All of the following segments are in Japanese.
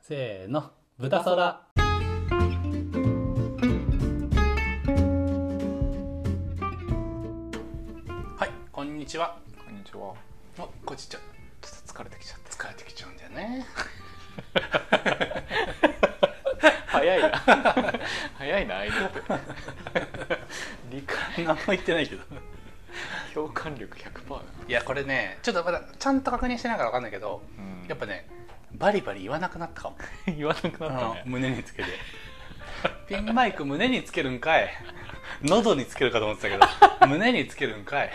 せーの豚そらはいこんにちはこんにちは。おこっちっちゃいちょっと疲れてきちゃっ疲れてきちゃうんだよね た。早いな。早いな、相手って。理解、何も言ってないけど共感力100%だな。いやこれねちょっとまだちゃんと確認してないから分かんないけどうんやっぱねバリバリ言わなくなったかも言わなくなったあのね。 胸につけてピンマイク胸につけるんかい喉につけるかと思って たけど胸につけるんかい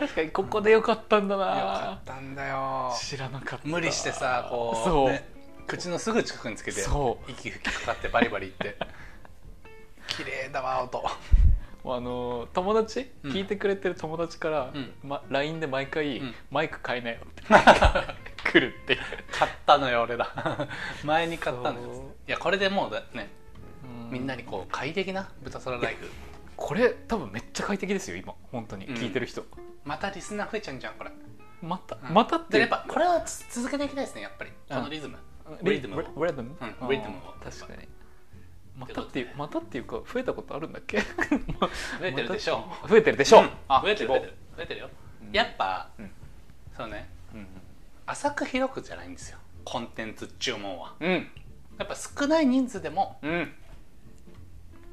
確かにここでよかったんだよかなっ。たんだよ知らなかった。無理してさこうそう。ね口のすぐ近くにつけてそ息吹きかかってバリバリいって綺麗だわ音あの友達、うん聞いてくれてる友達から、うんま、LINE で毎回、うんマイク買えないよ」って来るっていう、買ったのよ俺ら前に買ったんですそいうやこれでもうだねみんなににこう快適な豚皿ライフこれ多分めっちゃ快適ですよ今本当に、うん聞いてる人またリスナー増えちゃうんじゃんこれ、また、うんまたってでやっぱこれはつ続けていきたいですねやっぱりこのリズム、リズムをリリズムうんリズムをあー確かにまたっていうまたっていうか増えたことあるんだっけ 増えてるでしょまた増えてるでしょ、うんあ増えてる希増望えてる増えてるよ、うんやっぱ、うんそうねうん浅く広くじゃないんですよコンテンツ注文はうんやっぱ少ない人数でもうん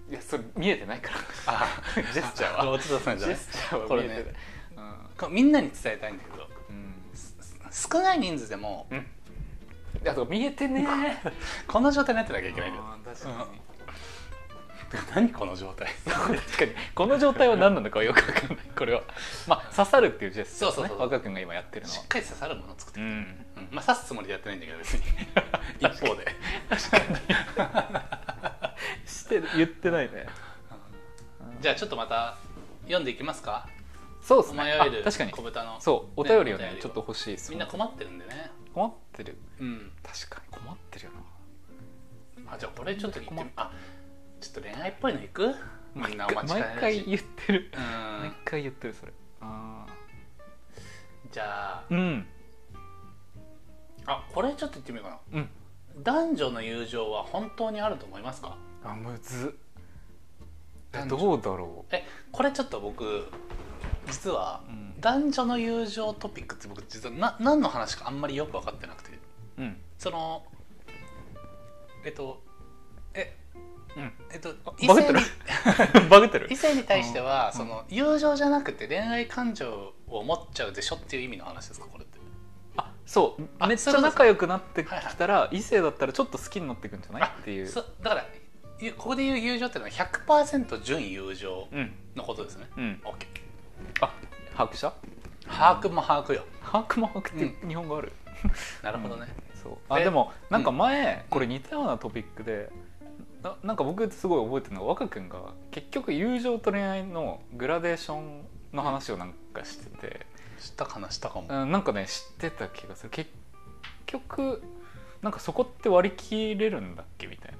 いやそれ見えてないから あジェスチャーは落ちさんじジゃなェいスチャーこは見れえてない、ねうんこれみんなに伝えたいんだけどうす少ない人数でもん、いやと見えてねえこの状態になってなきゃいけないんだよ確かに、何この状態確かにこの状態は何なのかはよくわかんないこれはまあ刺さるっていうジェスチャーですそうねそうそう若君が今やってるのしはっかり刺さるものを作ってういく、んうんまあ刺すつもりでやってないんだけど 別に一方でして言ってないねじゃあちょっとまた読んでいきますかそうですね迷あえる確かに小豚のそうお便りねをお便ねりをちょっと欲しいですみんな困ってるんでね困ってるうん確かに困ってるよなあじゃあこれちょっと聞いてみあちょっと恋愛っぽいのいくみんなお待ち毎かねだ回し言ってるう毎ん回言ってるそれあじゃあーうんあこれちょっと言ってみようかなうん男女の友情は本当にあると思いますかあむずえ男女どうだろえこれちょっと僕実はううん男女の友情トピックって僕実はな何の話かあんまりよく分かってなくてうんそのえっとえうんえっとあ異バグっ性てにる バグってる異性に対してはうんその友情じゃなくて恋愛感情を持っちゃうでしょっていう意味の話ですかこれってあそうあめっちそういゃうこと仲良くなってきたら、異性だったらちょっと好きになってくんじゃないあっていうそだからゆここで言う友情っていうのは100%純友情うんのことですね、うん OK あ把握した把握も把握よ把握も把握って日本語ある、なるほどね、そうあえでもなんか前、これ似たようなトピックでななんか僕すごい覚えてるのが若君が結局友情と恋愛のグラデーションの話をなんかしてて、したかなしたかも、うん、なんかね知ってた気がする結局なんかそこって割り切れるんだっけみたいな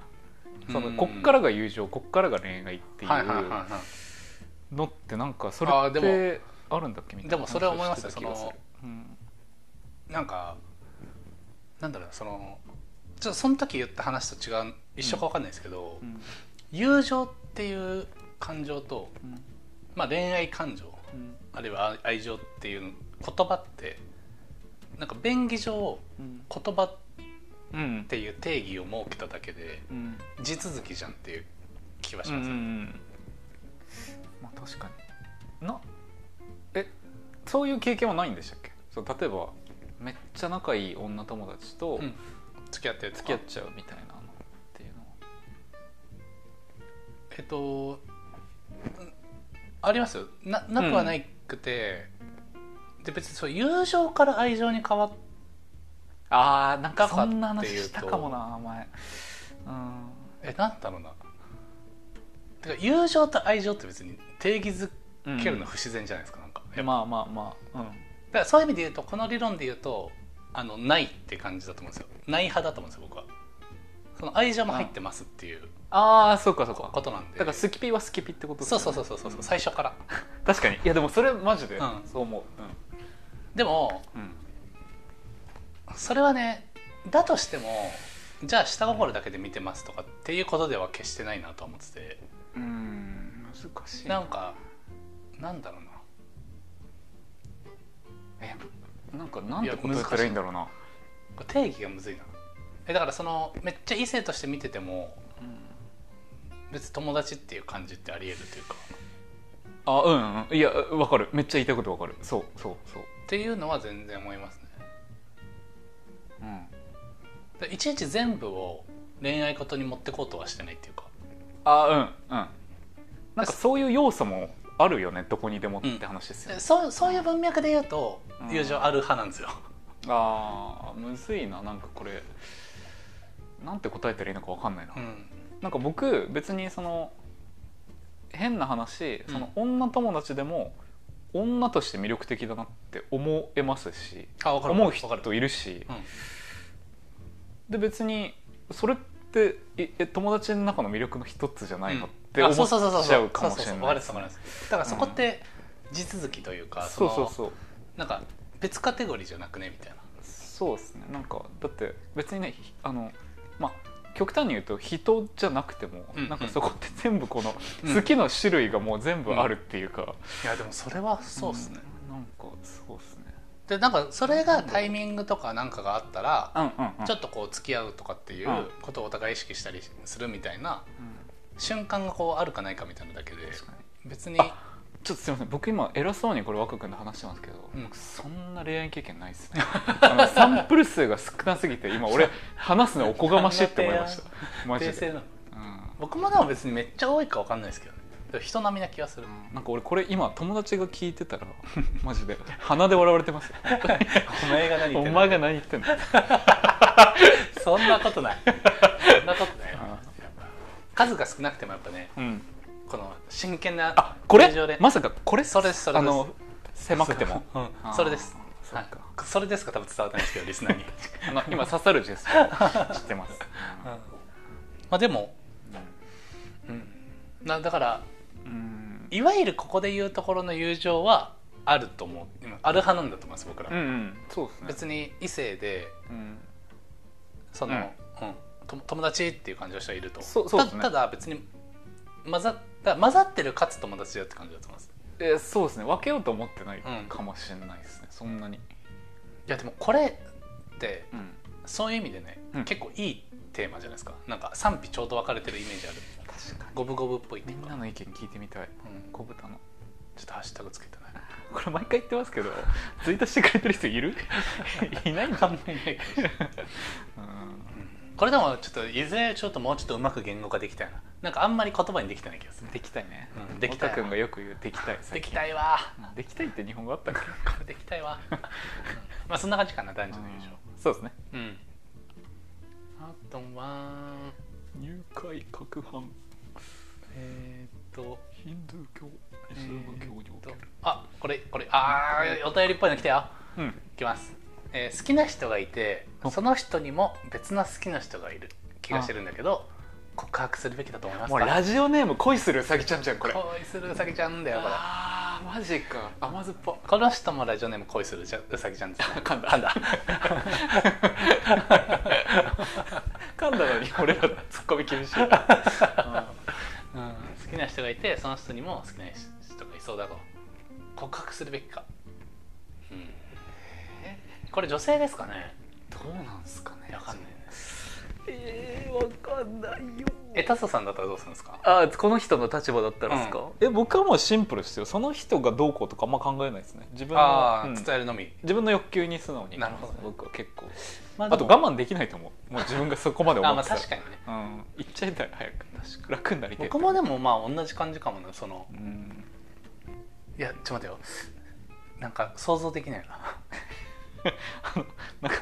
そのこっかららが友情こっからが恋愛っていうはいはいはいはのってなんかそれあーでっもてあるんだっけみたいなでもそれは思いますよ話をしてた気がするそうんいなんかなんだろうなそのちょっとその時言った話と違う一緒かわかんないですけど、うん友情っていう感情と、うんまあ、恋愛感情うんあるいは愛情っていう言葉ってなんか便宜上うん言葉っうんていう定義を設けただけでうん地続きじゃんっていう気はします、うんうんうんまあ確かになえそういう経験はないんでしたっけそう例えばめっちゃ仲いい女友達とうん付き合ってる付付きき合合っちゃうみたいなのっていうのはえっとうんありますよななくはないくて、で別にそう友情から愛情に変わっあーなんかそんなって話いうとしたかもな前うんえなんだろうなてか友情と愛情って別に定義づうんけるの不自然じゃないですか、なんかやっぱまあまあまあうんだからそういう意味で言うとこの理論で言うとあのないって感じだと思うんですよない派だと思うんですよ僕はその愛情も入ってますっていうああそうかそうかことなんでだからスキピはスキピってことだよそうねそうそうそうそうそう最初から確かにいやでもそれマジで、うんそう思うでもうん、それはねだとしてもじゃあ下心だけで見てますとかっていうことでは決してないなとは思っててうん難しいなんかなんだろうなえなんかなんてこと言ったらいいんだろうなこれ定義がむずいなえだからそのめっちゃ異性として見てても別に友達っていう感じってありえるというかあうん、うん、いやわかるめっちゃ言いたいことわかるそうそうそう、っていうのは全然思いますねうん、だいちいち全部を恋愛事に持ってこうとはしてないっていうかあうんうんなんかそういう要素もあるよねどこにでもって話ですよねで、そうそういう文脈で言うとうん友情ある派なんですよ、あーむずいななんかこれなんて答えたらいいのかわかんないな、うん、なんか僕別にその変な話その女友達でも女として魅力的だなって思えますしあ分かる思うわかる人いるし、うんで別にそれってええ友達の中の魅力の一つじゃないのってあ思そうそうそうそうっちゃうかもしれそうそうそうわなかいりまですわかりますねすだからそこって地続きというか、そうそうのそうなんか別カテゴリーじゃなくねみたいなそうですねなんかだって別にねひあのまあ極端に言うと人じゃなくても、うんうんなんかそこって全部このうん好きの種類がもう全部あるっていうか、いやでもそれはそうですね、んなんかそうですねでなんかそれがタイミングとかなんかがあったら、うんうんうんちょっとこう付き合うとかっていううんことをお互い意識したりするみたいなうん瞬間がこうあるかないかみたいなだけで確かに別にあちょっとすいません僕今偉そうにこれ若君と話してますけど、うん僕そんな恋愛経験ないですねあのサンプル数が少なすぎて今 俺話すのおこがましいって思いましたマジ訂正で、なのうん僕もでも別にめっちゃ多いかわかんないですけどねでも人並みな気がする、なんか俺これ今友達が聞いてたらマジで鼻で笑われてますよお前が何言っておんの 前が何言ってんのそんなことない そんなことないよ数が少なくてもやっぱねうんこの真剣なあこれ友情でまさかこれそれですそれですあの狭くてもうんあーそれですそはっかい、それですか多分伝わらないですけどリスナー に、あの今刺さるジェスチャ ー知ってます、まあでも、うん、なだからうんいわゆるここで言うところの友情はあると思う今ある派なんだと思います僕ら、うんうん、そうですね別に異性でうん、その、うんと友達っていう感じの人はいるとそうそうですねたただ別に混ざった混ざってるかつ友達だって感じだと思いますえーそうですね分けようと思ってないうんかもしれないですね、そんなに、いやでもこれってうん、そういう意味でね、うん結構いいテーマじゃないですかなんか賛否ちょうど分かれてるイメージある確か五分五分っぽいってみいうかんなの意見聞いてみたいうん小豚のちょっとハッシュタグつけてないこれ毎回言ってますけど ツイートしてくれてる人 いるいないんだ、 うん、これでもちょっといずれちょっともうちょっとうまく言語化できたよななんかあんまり言葉にできてない気がするできたいね、うんできたい太田君がよく言うできたいできいたいわできたいって日本語あったっけこれできたいわうんまあそんな感じかな男女の友そうですね情うんあとは入会各藩えー、っとヒンドゥー教イスラム教におけとる、あこれこれあーお便りっぽいの来たようんいきます、えー好きな人がいておその人にも別な好きな人がいる気がしてるんだけど告白するべきだと思いますもうかラジオネーム恋するうさぎちゃんじゃんこれ恋するうさぎちゃんだよこれあーマジか甘酸っぱこの人もラジオネーム恋するじゃうさぎちゃんですね 噛んだ噛んだ噛んだのに俺らツッコミ厳 しい、うん好きな人がいてその人にも好きな人がいそうだと告白するべきか、うん、これ女性ですかねどうなんすかねわかんないねえー、わかんないよえタソさんだったらどうするんですかあーこの人の立場だったらですか、うえ僕はもうシンプルですよその人がどうこうとかあんま考えないですね自分のあ、あ、うん伝えるのみ自分の欲求に素直になるほどね僕は結構まあと我我慢できないと思うもう自分がそこまで慢思あまあってたら確かにねうん行っちゃいたい早く楽になりたい僕もでもまあ同じ感じかもなそのうんいやちょっと待てよなんか想像できないな あのなんか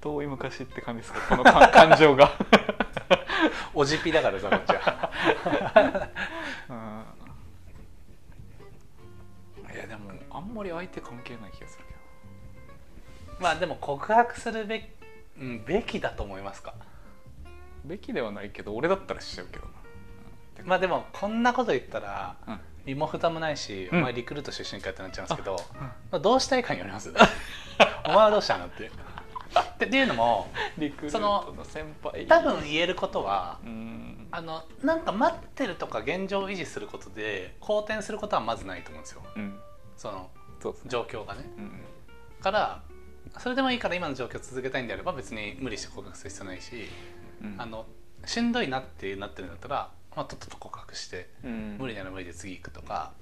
遠い昔って感じですかこの感 感情が、おじぴだからさこっちはうん いやでもあんまり相手関係ない気がするけどまあでも告白するべき,、うん、べきだと思いますかべきではないけど俺だったらしちゃうけどまあでもこんなこと言ったらな、 うん身も蓋もないし、うんお前リクルート出身かってなっちゃうんですけど、うん まあ、どうしたいかによりますお前はどうしたのってってっていうのもリクルそーのトの先輩多分言えることはうんあのなんか待ってるとか現状を維持することで好転することはまずないと思うんですようんそのそうですね状況がねうんからそれでもいいから今の状況を続けたいんであれば別に無理して告白する必要ないし、うんあのしんどいなってなってるんだったら、まあ、とっとと告白してうん無理なら無理で次行くとか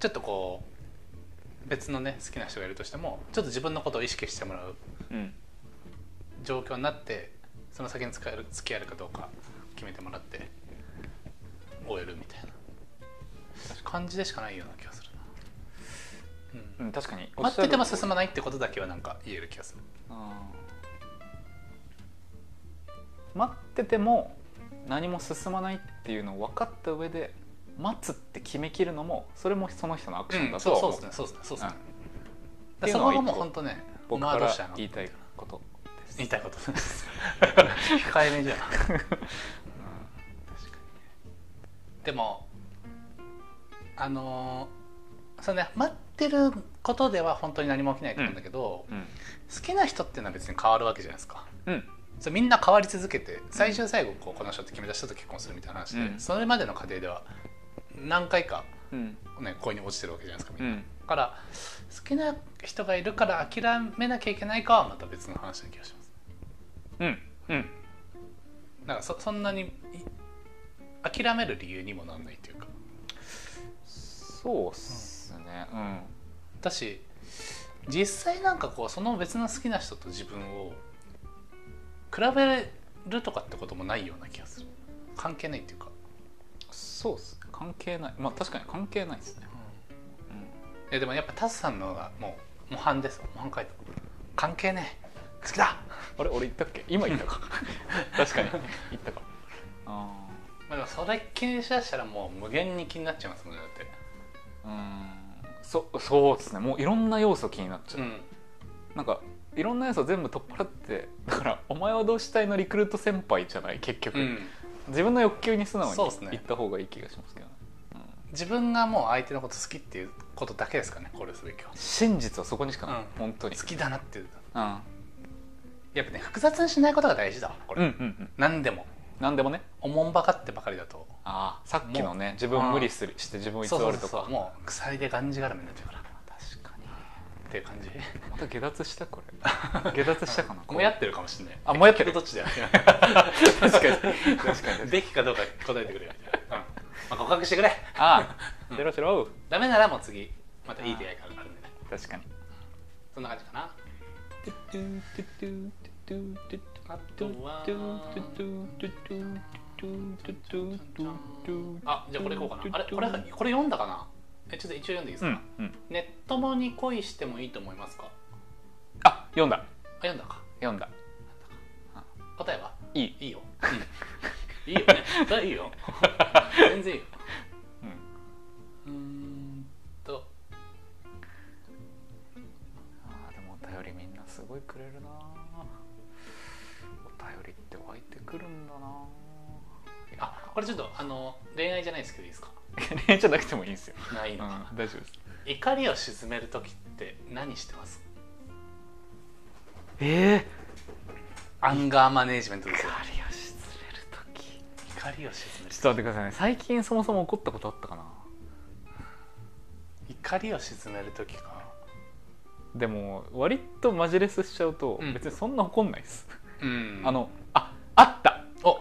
ちょっとこう別のね好きな人がいるとしてもちょっと自分のことを意識してもらううん状況になってその先に使える付き合えるかどうか決めてもらって終えるみたいな感じでしかないような気がするな、うんうん確かに待ってても進ないまないってことだけはなんか言える気がする待ってても何も進まないっていうのを分かった上で待つって決めきるのもそれもその人のアクションだとそうはそ思うでうすねそうですねそうですね、うんだからそこはもうっていうのは一個本当ね僕お前かはどうらしたの言いたいこと言いたいことです控えめじゃん、確かにねでもあのーそうね待ってることでは本当に何も起きないと思うんだけど、うん好きな人っていうのは別に変わるわけじゃないですかうんそれみんな変わり続けて最終最後こうこの人って決めた人と結婚するみたいな話で、うんそれまでの過程では何回か、うんね、恋に落ちてるわけじゃないですかみうんな、んだから好きな人がいるから諦めなきゃいけないかはまた別の話な気がしますうんうんなんかそそんなにい諦める理由にもなんないというかそうっすねうんだし実際なんかこうその別の好きな人と自分を比べるとかってこともないような気がする関係ないっていうか、そうっす関係ないまあ確かに関係ないですねいやでもやっぱタスさんの方がもう模範ですわ模範解答関係ねえ好きだあれ俺言ったっけ今言った か確かに言ったかあまあでもそれ気にしだしたらもう無限に気になっちゃいますもんねだってあうんそそうですねもういろんな要素気になっちゃう、んなんかいろんな要素全部取っ払ってだから「お前はどうしたい?」のリクルート先輩じゃない結局、うん自分の欲求に素直そうっすねに言った方がいい気がしますけどね、うん自分がもう相手のこと好きっていうことだけですかね考慮すべきは真実はそこにしかない、うん本当に、好きだなっていううん、やっぱね複雑にしないことが大事だわこうれ、んうんうん何でも何でもねおもんばかってばかりだとああさっきのね自分を無理するして自分を偽そうそうるとそうかもう鎖でがんじがらめになっちゃうから確かっていう感じにまた下脱したこ れ下脱したかなこれもやってるかもしれないあもやってるどっち だよ確かに確か にべきかどうか答えてくれよみたいな、うんまあ、告白してくれああしろし ろダメならもう次またいい出会いがあるんでね確かにそんな感じかなあじゃあこれいこうかなあれこれこれ読んだかなえちょっと一応読んでいいですうか、んうんネットもに恋してもいいと思いますかあ読んだあ読んだか読んだ答えはいいいいよ、いいよねそれはいい よ全然いいようーんとあーでもお便りみんなすごいくれるなお便りって湧いてくるんだな あこれちょっとあの恋愛じゃないですけどいいですか恋愛じゃなくてもいいんですよ、ないいのかな、大丈夫です怒りを鎮める時って何してますええアンガーマネージメントですよ怒りを沈める時怒りを鎮めるちょっと待ってくださいね最近そもそも怒ったことあったかな怒りを鎮める時かでも割とマジレスしちゃうとうん別にそんな怒んないです、うんあのああったお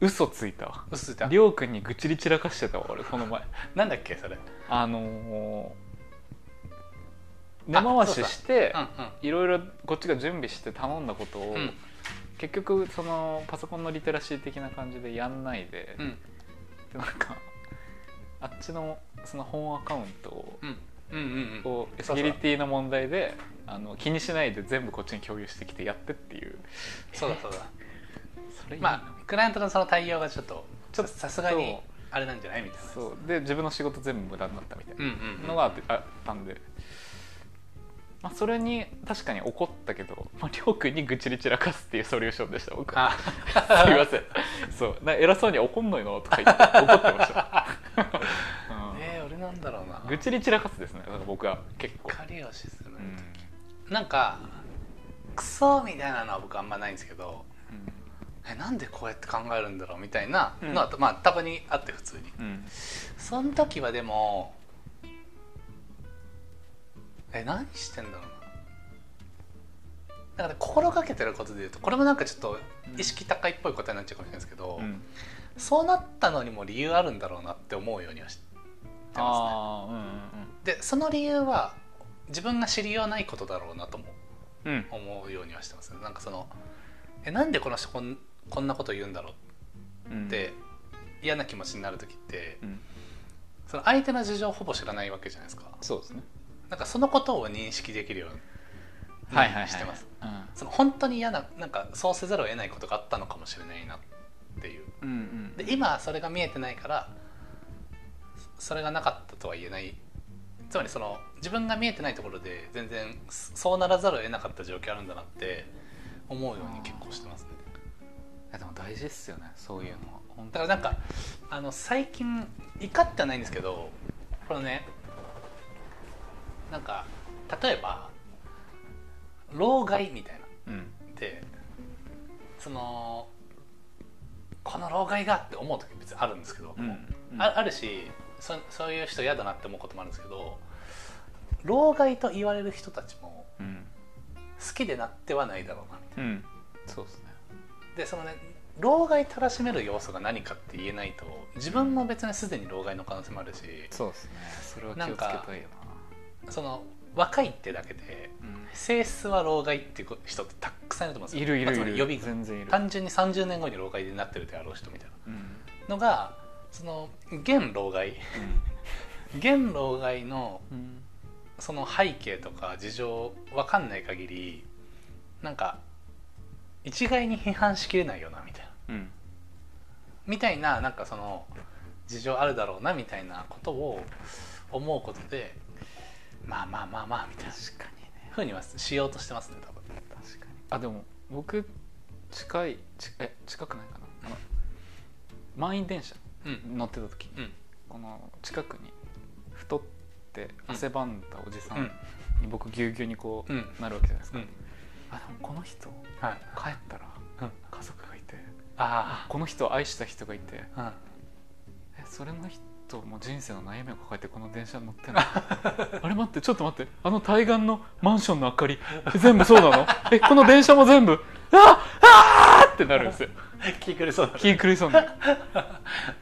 嘘ついたわ嘘ついたりょうくんに愚痴り散らかしてたわ俺こ の前なんだっけそれあのー根回ししてうんうんいろいろこっちが準備して頼んだことを、うん結局そのパソコンのリテラシー的な感じでやんないで,、うんでなんかあっちのその本アカウントをうんうんうんうんこうセキュリティの問題であの気にしないで全部こっちに共有してきてやってっていうそうだそう だそれいいなまあクライアントのその対応がちょっとちょっとさすがにあれなんじゃないみたいなそうで自分の仕事全部無駄になったみたいうんうんなのがあってあったんで、まあ、それに確かに怒ったけど、まあ、りょうくんに愚痴り散らかすっていうソリューションでした僕 は あすいませんそうな偉そうに怒んないのとか言って怒ってま した、うんえー、俺なんだろうな愚痴り散らかすですねだから僕は結構、怒りを沈めうるんなんかクソみたいなのは僕あんまないんですけどうんえなんでこうやって考えるんだろうみたいなのは、まあたまにあって普通にうんその時はでもえ何してんだろうなだから心がけてることでいうとこれもなんかちょっと意識高いっぽい答えになっちゃうかもしれないですけど、うんそうなったのにも理由あるんだろうなって思うようにはしてまああうんすねでその理由は自分が知りようないことだろうなともうんうん思うようにはしてますねなんかそのえなんでこの人こんこんなこと言うんだろううんって嫌な気持ちになる時ってうんその相手の事情をほぼ知らないわけじゃないですかそうですねなんかそのことを認識できるようにはいはいはいしてますうんその本当に嫌ななんかそうせざるを得ないことがあったのかもしれないなっていううんうんで今それが見えてないからそれがなかったとは言えないつまりその自分が見えてないところで全然そそうならざるを得なかった状況あるんだなって思うように結構してますねいやでも大事っすよねそういうのは本だからなんかあの最近怒ってはないんですけどこのねなんか例えば老害みたいなうんでそのこの老害がって思う時別にあるんですけど、うんああるしそそういう人嫌だなって思うこともあるんですけど老害と言われる人たちもうん好きでなってはないだろうなみたいうんそうですねなでそのね老害たらしめる要素が何かって言えないと自分も別にすでに老害の可能性もあるしそうですねそれは気をつけたいよなその若いってだけでうん性質は老害っていう人ってたくさんいると思うんですよいるいまあるついまりる予備軍全然いる単純に30年後に老害になってるであろう人みたいなうんのがその現老害現老害のうんその背景とか事情わかんない限りなんか一概に批判しきれないよなみたいなうんみたいななんかその事情あるだろうなみたいなことを思うことでまあまあまあまあみたいな確かにねふうにはしようとしてますね多分確かにあでも僕近いちえ近くないかなあの満員電車うん乗ってた時にうんこの近くに太って汗ばんだおじさうんんに僕ぎゅうぎゅうにこうんうなるわけじゃないですうかんあでもこの人はい帰ったらうん家族がいてあこの人を愛した人がいて あえそれの人も人生の悩みを抱えてこの電車に乗ってんの あれ待ってちょっと待ってあの対岸のマンションの明かりえ全部そうなのえこの電車も全部あああってなるんですようん気狂いそうだ気狂いそうになる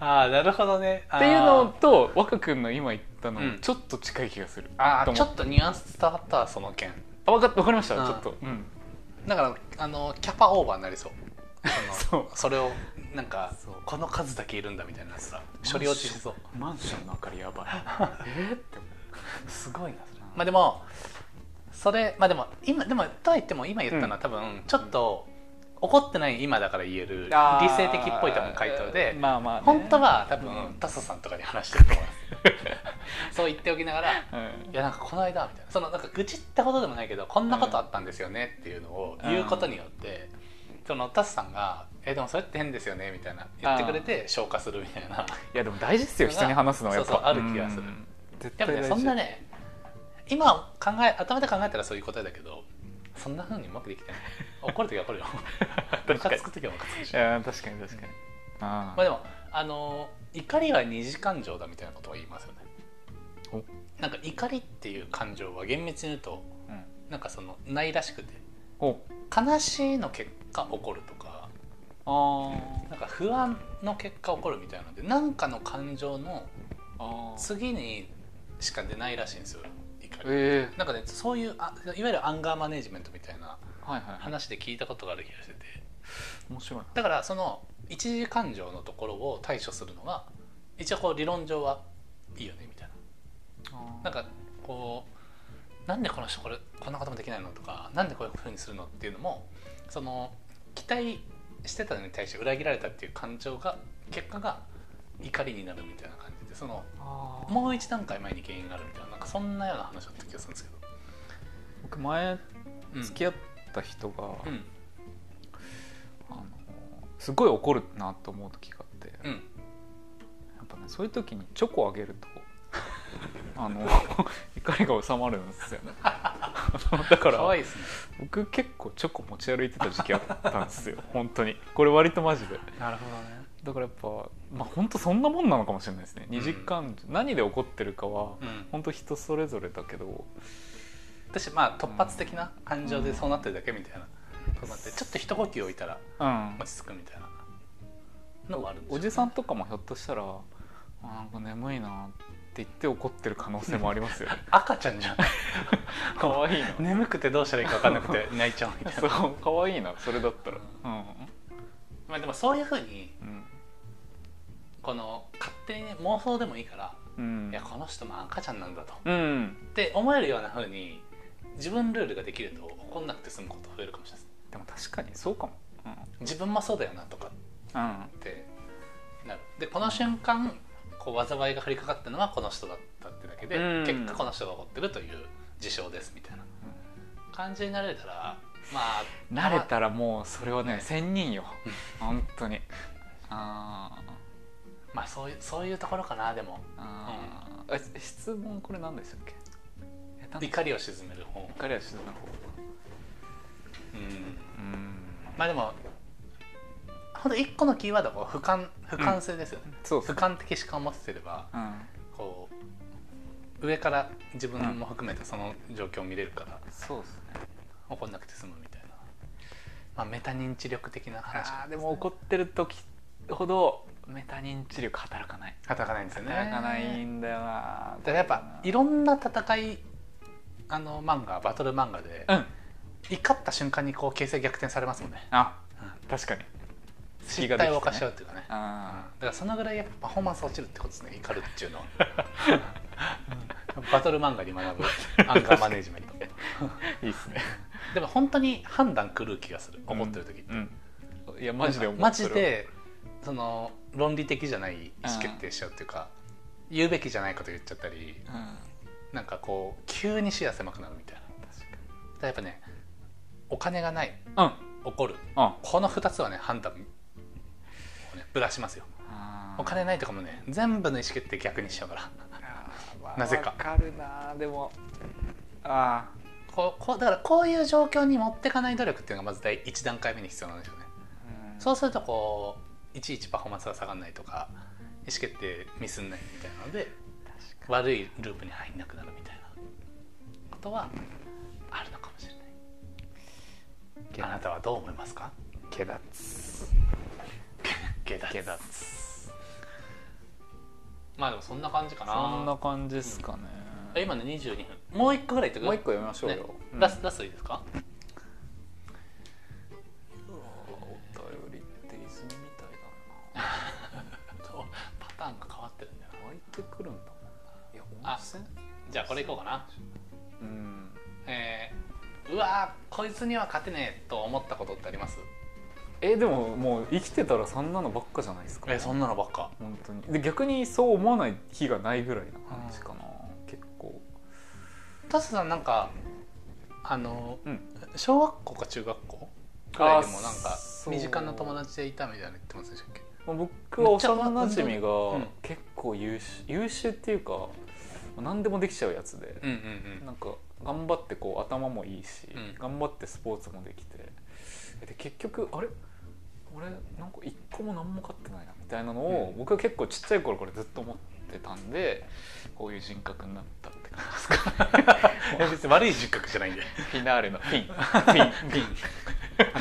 ああなるほどねっっていうのと若君の今言ったのうんちょっと近い気がするあとあ思ちょっとニュアンス伝わったわその件あわかわかりましたうんちょっとうんだからあのキャパオーバーになりそうその そそれをなんかそうこの数だけいるんだみたいなさ処理落ちしそうマンションの明かり やばいえーって思うすごいなそれまあでもそれまあでも今でもとは言っても今言ったのは多分ちょっと怒ってない今だから言える理性的っぽい多分回答でまあまあね本当は多う分んタソさんとかに話してると思います そう言っておきながらうんいやなんかこの間みたいなそのなんか愚痴ってほどでもないけどこんなことあったんですよねっていうのを言うことによって、そのタスさんが「えでもそれって変ですよね」みたいな言ってくれて消化するみたい ないやでも大事ですよ人に話すのはやっぱそうそうある気がするうん絶やっ対ぱ大ね事そんなね今考え頭で考えたらそういう答えだけどそんなふうにうまくできてない怒る時は怒る よムカつく時はムカつくしいや確かに確かにあまああでもあの怒りは二次感情だみたいなことは言いますよねおなんか怒りっていう感情は厳密に言うとうんなんかそのないらしくてお悲しいの結果起こるとかあなんか不安の結果起こるみたいなので何かの感情のーあー次にしか出ないらしいんですよ怒りええなんかねそういうあいわゆるアンガーマネジメントみたいなはいはいはい話で聞いたことがある気がしてて面白いなだからその一時感情のところを対処するのが一応こう理論上はいいよねみたいなあーなんかこうなんでこの人これこんなこともできないのとかなんでこういうふうにするのっていうのもその期待してたのに対して裏切られたっていう感情が結果が怒りになるみたいな感じでそのあーもう一段階前に原因があるみたいななんかそんなような話だった気がするんですけど、僕前うん、付き合った人がうんあのすごい怒るなと思う時があってうんやっぱねそういう時に チョコあげるとあの怒りが収まるんですよねあのだか可ら愛いですね僕結構チョコ持ち歩いてた時期あったんですよ本当にこれ割とマジでなるほどねだからやっぱまあ本当そんなもんなのかもしれないですねん二時間、何で起こってるかはうん本当人それぞれだけど私まあ突発的な感情でそうなってるだけみたいなとこもあってちょっと一呼吸置いたらうん落ち着くみたいなのがあるんですよおじさんとかもひょっとしたら「あなんか眠いな」って言って怒ってる可能性もありますよね 赤ちゃんじゃん可愛いな眠くてどうしたらいいか分かんなく て泣いちゃうみたいな そう可愛いなそれだったらうんまあでもそういうふうにうんこの勝手にね妄想でもいいから、うんいやこの人も赤ちゃんなんだとうんって思えるようなふうに自分ルールができると怒んなくて済むこと増えるかもしれないですでも確かにそうかもうん自分もそうだよなとかうんってなるでこの瞬間こう災いが降りかかったのはこの人だったってだけで、うん結果この人が怒ってるという事象ですみたいな感じになれたらまあ慣れたらもうそれはねね千人よ本当に あーまあそういうそういうところかなでもあーえ質問これ何でしたっけえなんだ怒りを鎮める方怒りは静かな方うんうんまあでもほんと一個のキーワードはこう俯瞰俯瞰性ですよね、そう俯そう瞰的視観を持ってればうんこう上から自分も含めてその状況を見れるからそうですね怒んなくて済むみたいな、まあ、メタ認知力的な話あーでも怒ってる時ほどメタ認知力働かない働かないんですよね働かないだんだよなからやっぱいろんな戦いあの漫画バトル漫画で、うん怒った瞬間にこう形勢逆転されますもんねあう確かに隙失がで態きてをね犯しちゃうっていうかねだあからそのぐらいやっぱパフォーマンス落ちるってことですね怒るっていうのはうん バトル漫画に学ぶアンガーマネジメントーいいっすねでも本当に判断狂う気がする思ってる時って、うんうんいやマジで思うマジそれはでその論理的じゃない意思決定しちゃうっていうか、言うべきじゃないこと言っちゃったりうんなんかこう急に視野狭くなるみたいなだからやっぱねお金がない確かに怒るうんうんこの2つはね判断をねぶらしますよあーお金ないとかもね全部の意思決定逆にしちゃうからあーまあなぜかわかるなでもあこうこうだからこういう状況に持ってかない努力っていうのがまず第1段階目に必要なんですよねーうんそうするとこういちいちパフォーマンスが下がらないとか意思決定ミスんないみたいなので確か悪いループに入んなくなるみたいなことはあるのかもしれなにいあなたはどう思いますか下脱下脱下脱まあでもそんな感じかなそんな感じですかねえ今ね22分もう一個ぐらい言ってくもう一個読みましょうよねうんラスラストいいですかお便りってリズムみたいだそうパターンが変わってるんだよなな湧いてくるんだもんないやあじゃあこれいこうかなうんえーうわーこいつには勝てねえと思ったことってありますえでももう生きてたらそんなのばっかじゃないですかんなのばっか本当にで逆にそう思わない日がないぐらいな感じかな結構タスさんなんかあのうん小学校か中学校くらいでもなんあかそう身近な友達でいたみたいなの言ってませんでしたっけ僕は幼なじみがうん結構優秀優秀っていうか何でもできちゃうやつでうんうんなんか頑張ってこう頭もいいし、うん頑張ってスポーツもできてで結局あれ俺なんか一個も何も勝ってないなみたいなのを、うん僕は結構ちっちゃい頃からずっと思ってたんでこういう人格になったって感じですか うん別に悪い人格じゃない んでフィナーレのフィンフィンピン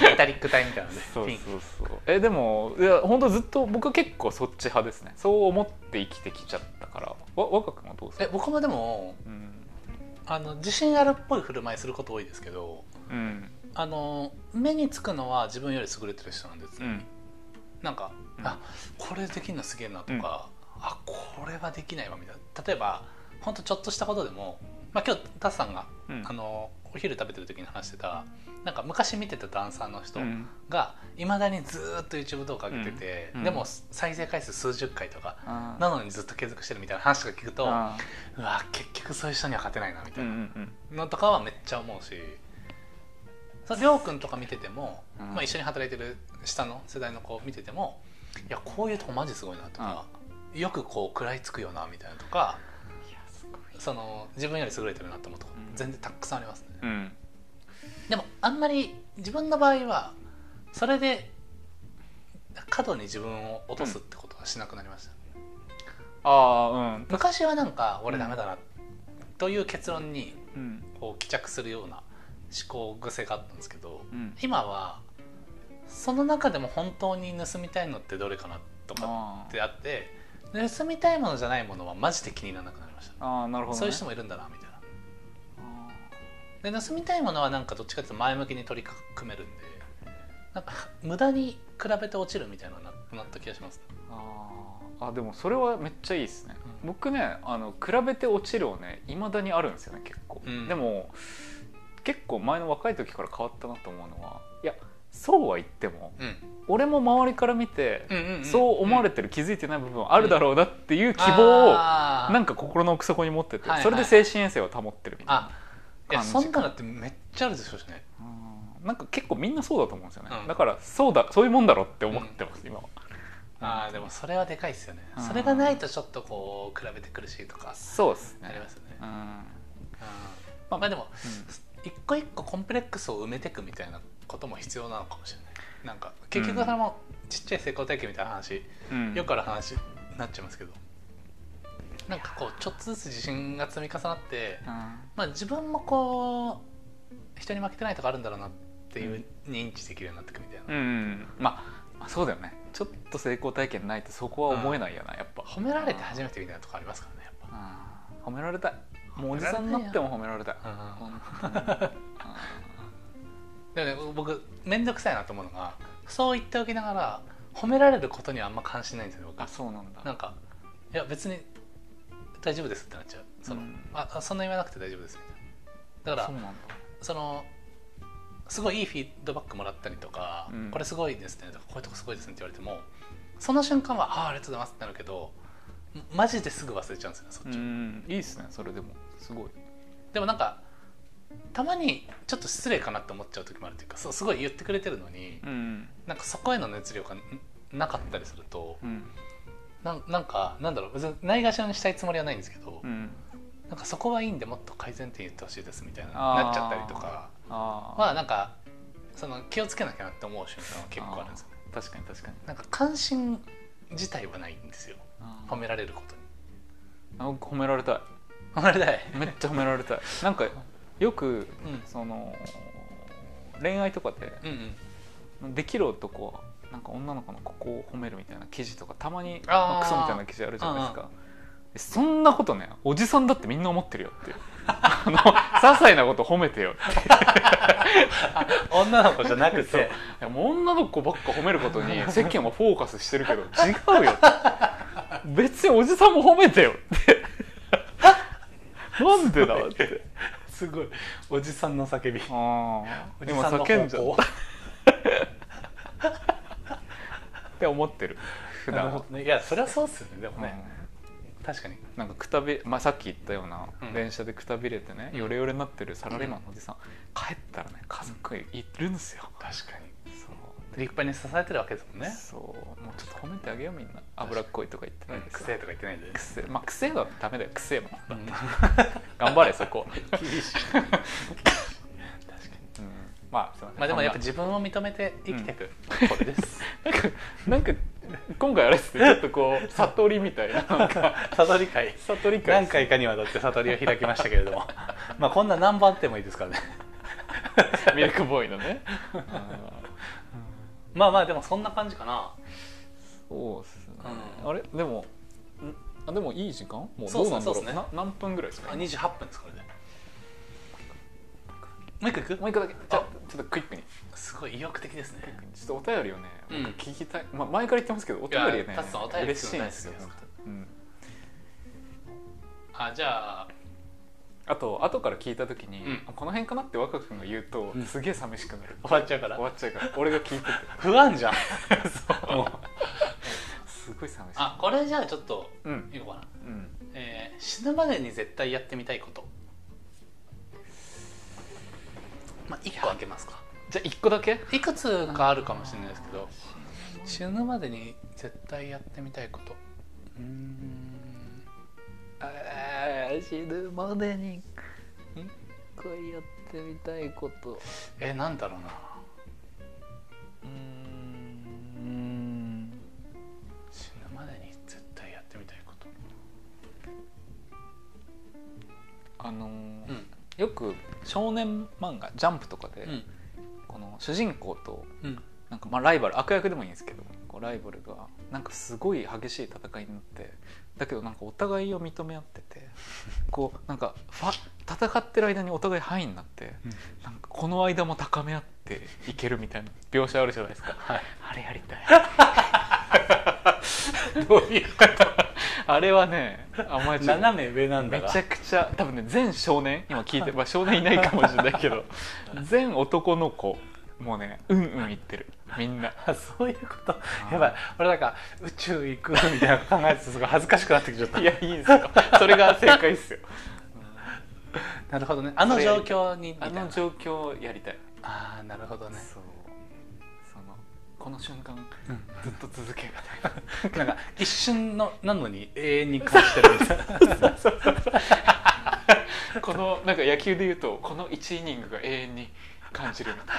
メタリック体みたいなねそうピンそうそうえでもいや本当ずっと僕は結構そっち派ですねそう思って生きてきちゃったからわ若君はどうですえか僕もでもうんあの自信あるっぽい振る舞いすること多いですけどうんあの目につくのは自分より優れてる人なんです、うんなんか、うんあこれできるのすげえなとか、あこれはできないわみたいな例えばほんとちょっとしたことでも、まあ、今日タスさんがうんあのお昼食べてる時に話してたなんか昔見てたダンサーの人うんがいまだにずーっと YouTube 動画上げてて、うんうんでも再生回数数十回とかあーなのにずっと継続してるみたいな話とか聞くとうわあ結局そういう人には勝てないなみーたういんうなんうんのとかはめっちゃ思うしそうりょうくんとか見てても、うんまあ、一緒に働いてる下の世代の子見ててもいやこういうとこマジすごいなとか、よくこう食らいつくよなみたいなとかいやすその自分より優れてるなと思うとこ、うん全然たくさんありますね、うんでもあんまり自分の場合はそれで過度に自分を落とすってことはしなくなりました、ああ昔はなんか俺ダメだなという結論にうんうんこう帰着するような思考癖があったんですけどうん今はその中でも本当に盗みたいのってどれかなとかあっーてあって盗みたいものじゃないものはマジで気にならなくなりました、あーなるほど、ね、そういう人ももいるんだなみたいなで盗みたいものはなんかどっちかっていうと前向きに取り組めるんでなんか無駄に比べて落ちるみたいなのがなくなった気がしますあーあでもそれはめっちゃいいですね、うん僕ねあの比べて落ちるをねいまだにあるんですよね結構、うんでも結構前の若い時から変わったなと思うのはいやそうは言ってもうん俺も周りから見て、うんうんうんそう思われてる、気づいてない部分はあるだろうなっていう希望をあーなんか心の奥底に持ってて、はいはいそれで精神衛生を保ってるみたいなあいや感じそんなのってめっちゃあるでしょうしねうんなんか結構みんなそうだと思うんですよね、うんだからそうだそういうもんだろって思ってます、今はあーでもそれはでかいですよねうんそれがないとちょっとこう比べて苦しいとかそうですねありますよね、うんうんまあでもうん一個一個コンプレックスを埋めていくみたいなことも必要なのかもしれないなんか結局それもちっちゃい成功体験みたいな話、うんよくある話になっちゃいますけどなんかこうちょっとずつ自信が積み重なって、うまあ、自分もこう人に負けてないとかあるんだろうなっていう認知できるようになってくみたいな、ん、うんまあまあそうだよねちょっと成功体験ないとそこは思えないよな、やっぱ褒められて初めてみたいなとこありますからねやっぱうん褒められたいもうおじさんになっても褒められたい、うん本当にうでんもね僕面倒くさいなと思うのがそう言っておきながら褒められることにはあんま関心ないんですよねあ僕そうなんだなんかいや別に大丈夫ですってなっちゃうその、うんああそんな言わなくて大丈夫ですみたいなだかそうらなんだそのすごいいいフィードバックもらったりとか、うんこれすごいですねとかこういうとこすごいですねって言われてもその瞬間はああありがとうございますってなるけどマジですぐ忘れちゃうんですよねそっちうを、んいいですねそれでもすごいでもなんかたまにちょっと失礼かなって思っちゃう時もあるっていうかそうすごい言ってくれてるのに、うんなんかそこへの熱量がんなかったりするとうんなんなんかなんだろう別にないがしろにしたいつもりはないんですけど、うんなんかそこはいいんでもっと改善点言ってほしいですみたいなあーなっちゃったりとかああまあなんかその気をつけなきゃなって思う瞬間は結構あるんですよね確かに確かになんか関心自体はないんですよあ褒められることにあ僕褒められたい褒められたいめっちゃ褒められたいなんかよくうんその恋愛とかでうんうんできる男はなんか女の子のここを褒めるみたいな記事とかたまにあーまあクソみたいな記事あるじゃないですかでそんなことねおじさんだってみんな思ってるよっていうあの些細なこと褒めてよって女の子じゃなくていやもう女の子ばっか褒めることに 世間はフォーカスしてるけど違うよ別におじさんも褒めてよって なんでだってすごいおじさんの叫びああおじ今さんの叫んじゃ方っ向て思ってる普なる段ほは、どねいやそれはそうっすよねでもうんね、確かになんかくたび、まあ、さっき言ったような、うん電車でくたびれてねうんヨレヨレになってるサラリーマンのおじさん、帰ったらね家族いるんですよ、確かにそう立派に支えてるわけですもんねそうもうちょっと褒めてあげようみんな脂っこいとか言ってないでくさせえとか言ってないでくせえまあくせえだとダメだよくせえもんうん頑張れそ こ、うん、厳しい確かにまあすいませんまあでもやっぱそん自分を認めて生きていく、これです ななんかなんか今回あれですねちょっとこう悟りみたいななんか悟り会悟り会何回かにわたって悟りを開きましたけれど もまあこんな何番手もいいですからねミルクボーイの ねまあまあでもそんな感じかなそうですね、うんあれでもんあでもいい時間もうそどうっうすねそなんだろううっすねな何分ぐらいですかあ今28分ですこれでもう一個いくもう一個だけじゃあちょっとクイックにすごい意欲的ですねちょっとお便りをね僕うん聞きたい、まあ、前から言ってますけどお便りいやねタツさんお便り嬉しいんですよ大好きです、うん、あじゃああと後から聞いた時に、うんあこの辺かなって若君が言うと、うんすげえ寂しくなる終わっちゃうから終わっちゃうから俺が聞いてて 不安じゃんそうすごい寂しいあこれじゃあちょっとうんいこうかな、うんえー死ぬまでに絶対やってみたいことまあ1個開けますかじゃあ1個だけいくつかあるかもしれないですけど死ぬまでに絶対やってみたいことうーんえ死ぬまでに一回やってみたいことえなんだろうなうーん死ぬまでに絶対やってみたいことあのーうんよく少年漫画「ジャンプ」とかで、うんこの主人公とうんなんかまあライバル悪役でもいいんですけどこうライバルがなんかすごい激しい戦いになってだけどなんかお互いを認め合って てこうなんかファ戦ってる間にお互い範囲になって、うんなんかこの間も高め合っていけるみたいな描写あるじゃないですかはあれやりたい いどういうこあれはね甘えとちゃう斜め上なんだめがちゃくちゃ多分ね全少年今聞いて、 まあ、少年いないかもしれないけど全男の子もうねうんうん言ってるみんなあそういうこと やばい俺なんか宇宙行くみたいなの考えててすごい恥ずかしくなってきちゃった いやいいんですよそれが正解ですよなるほどね あの状況にみたあいなの状況をやりたい、ああなるほどねそうそのこの瞬間うんずっと続けるみたないんか一瞬のなのに永遠に感じてる みたいななこのなんか野球でいうとこの1イニングが永遠に感じるみ たい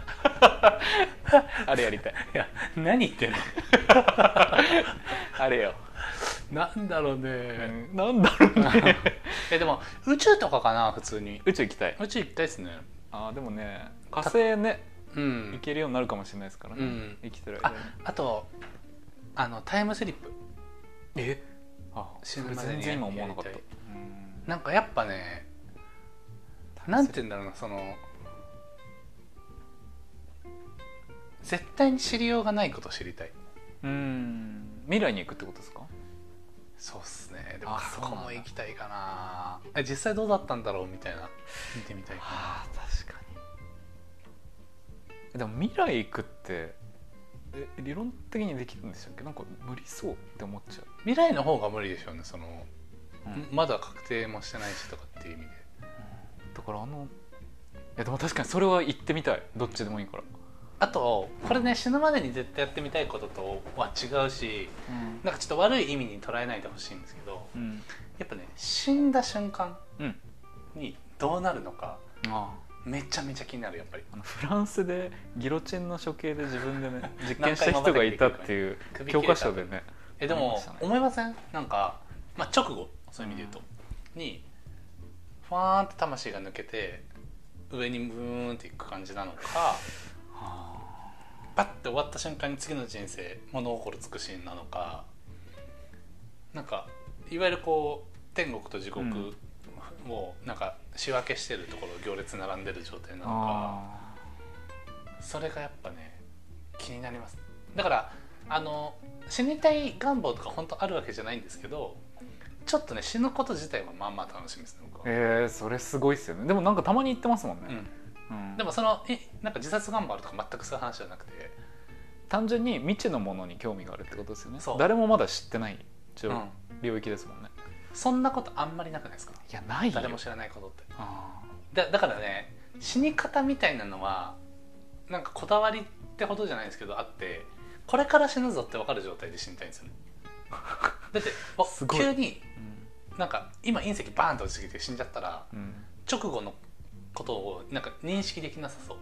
なあれやりたいいや何言ってんのあれよ、なんだろうね、なんだろうね えでも宇宙とかかな普通に宇宙行きたい宇宙行きたいですねあーでもね火星ねう行んけるようになるかもしれないですからね、うん生きてる間あにあとあのタイムスリップえあ死そぬれまでに全然今思わなかったやりうんなんかやっぱねなんて言うんだろうなその絶対に知りようがないことを知りたいうん未来に行くってことですかそうっすねでもあ過去そうなんもだ行きたいかなえ実際どうだったんだろうみたいな 見てみたいかあ確かにでも未来行くってえ理論的にできるんでしたっけなんか無理そうって思っちゃうな未来の方が無理でしょうねその、うんまだ確定もしてないしとかっていう意味でだからあのいやでも確かにそれは行ってみたいどっちでもいいから、あとこれね死ぬまでに絶対やってみたいこととは違うしうんなんかちょっと悪い意味に捉えないでほしいんですけどうんやっぱね死んだ瞬間うんにどうなるのかあめちゃめちゃ気になるやっぱりあのフランスでギロチンの処刑で自分で ね実験した人がいたっていう首切教れた科書でねえでありまもしたね思いませんなんか、まあ、直後そういう意味で言うとにファーンって魂が抜けて上にブーンっていく感じなのかパッて終わった瞬間に次の人生物心つくシーンなのかなんかいわゆるこう天国と地獄うんをなんか仕分けしてるところ行列並んでる状態なのか。あそれがやっぱね気になりますだからあの死にたい願望とか本当あるわけじゃないんですけどちょっとね死ぬこと自体はまあまあ楽しみですね僕は、えー、それすごいっすよねでもなんかたまに行ってますもんうね、ん、うんでもそのえなんか自殺願望あるとか全くそういう話じゃなくて単純に未知のものに興味があるってことですよねそう誰もまだ知ってない一う応ん領域ですもんね、そんなことあんまりなくないですかいやないよ誰も知らないことってあだだからね死に方みたいなのはなんかこだわりってほどじゃないんですけどあってこれから死ぬぞって分かる状態で死にたいんです よねだっておすごい急にーなんか今隕石バーンと落ちてきて死んじゃったらうん、うん直後のことをなんか認識できなさそう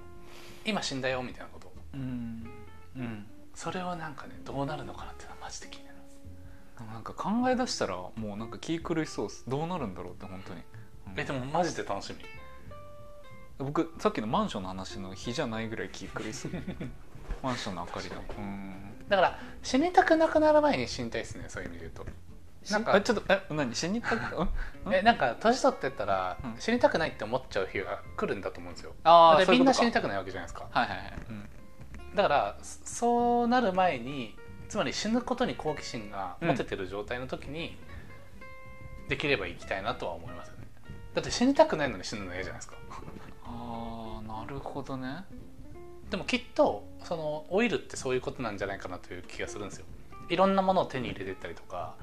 今死んだよみたいなことうんうんそれはなんかねどうなるのかなっていうのはマジで気になるでもなんか考え出したらもうなんか気狂いそうっすどうなるんだろうって本当に、うんえでもマジで楽しみ僕さっきのマンションの話の日じゃないぐらい気狂いそう マンションの明かりのうんだから死にたくなくなる前に死にたいですねそういう意味で言うとなんえかちょっとえ何死に行 ったこと、うん、うんえなんか年取ってったらうん死にたくないって思っちゃう日が来るんだと思うんですよあだってみんな死にたたくないわけじゃないですかはいはいはい、うんだからそそうなる前につまり死ぬことに好奇心が持ててる状態の時に、できれば行きたいなとは思いますよねだって死にたくないのに死ぬの嫌じゃないですかああなるほどねでもきっとそのオイルってそういうことなんじゃないかなという気がするんですよいろんなものを手に入れてったりとか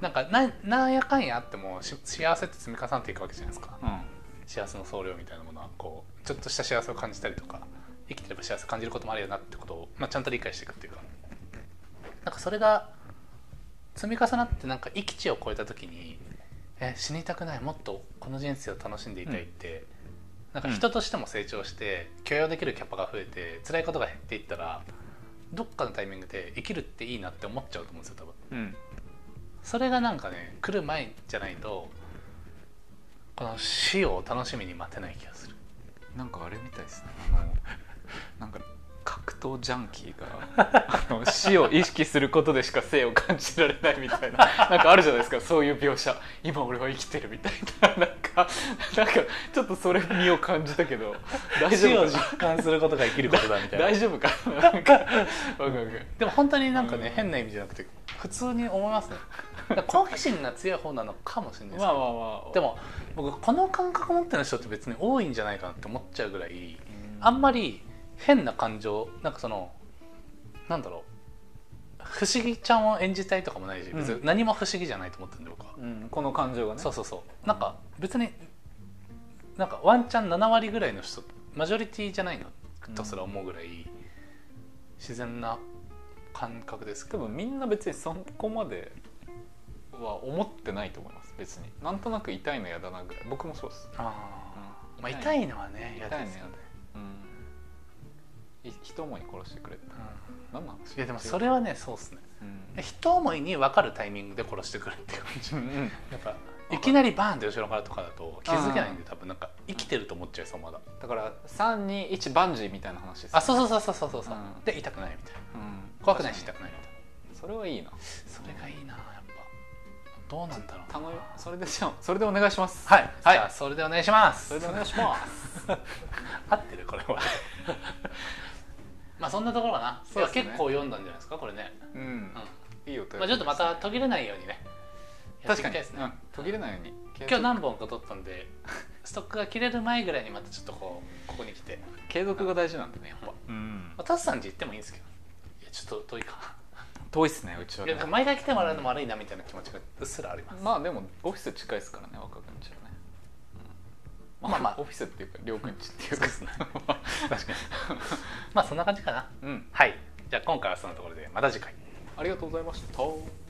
なんかななんやかんやあってもし幸せって積み重なっていくわけじゃないですかうん幸せの総量みたいなものはこうちょっとした幸せを感じたりとか生きてれば幸せ感じることもあるよなってことを、まあ、ちゃんと理解していくっていうかなんかそれが積み重なってなんか域地を超えた時にえ死にたくないもっとこの人生を楽しんでいたいって、なんか人としても成長して許容できるキャパが増えて辛いことが減っていったらどっかのタイミングで生きるっていいなって思っちゃうと思うんですよ多分うんそれがなんかね来る前じゃないとこの死を楽しみに待てない気がするなんかあれみたいですねあのなんか格闘ジャンキーがあの死を意識することでしか生を感じられないみた いななんかあるじゃないですかそういう描写今俺は生きてるみたいななんかなんかちょっとそれ身を感じたけど大丈死を夫実か感することが生きることだ みたいな大丈夫かななんかわかるわかるでも本当になんかね、うん変な意味じゃなくて普通に思いますねだから好奇心が強い方なのかもしれないですけどまあまあまあでも僕この感覚持ってる人って別に多いんじゃないかなって思っちゃうぐらいあんまりり変な感情なんかそのなんだろう不思議ちゃんを演じたいとかもないしうん別に何も不思議じゃないと思ってるんで僕は、うんこの感情がねそうそうそうなんか別になんかワンチャン7割ぐらいの人マジョリティじゃないのとすら思うぐらい自然な感覚ですけ多ど分みんな別にそこまでは思ってないと思います別になんとなく痛いの嫌だなぐらい僕もそうです、あー、まあ、痛痛いいのはね嫌ですよね痛いのうんい一思い殺してくれってうん何の話いやでもそれはねそうっすねうん人思いに分かるタイミングで殺してくるっていう感 じうんうんなんかいきなりバーンって後ろからとかだと気づけないんで多分なんか生きてると思っちゃいそうまだだから321バンジーみたいな話です、あそうそうそうそうそうそう、うんで痛くないみたいなうん、怖くないし痛確くなかいみたいなにそれはいいなそれがいいなやっぱどうなんだろう頼むよそれでじゃあそれでお願いしますはい、はいじゃあそれでお願いしますそれでお願いします合ってるこれは まあそんなところかな、いそうやですね結構読んだんじゃないですかこれね、うん、 ういいよ、んまあ、ちょっとまた途切れないようにねやっていき確かたいに、ですねうん、途切れないように今日何本か取ったんでストックが切れる前ぐらいにまたちょっとこうここに来て継続が大事なんでねやっぱう、うんまあ、タスさん家行ってもいいんですけどいやちょっと遠いか遠いっすねうちはいやねなんか毎回来てもらうのも悪いなみたいな気持ちがうっすらあります、まあでもオフィス近いですからね若くんちはね、うんまあまあオフィスっていうか両くんちっていうそうかですね 確かに まあそんな感じかな うんはいじゃあ今回はそのところでまた次回ありがとうございました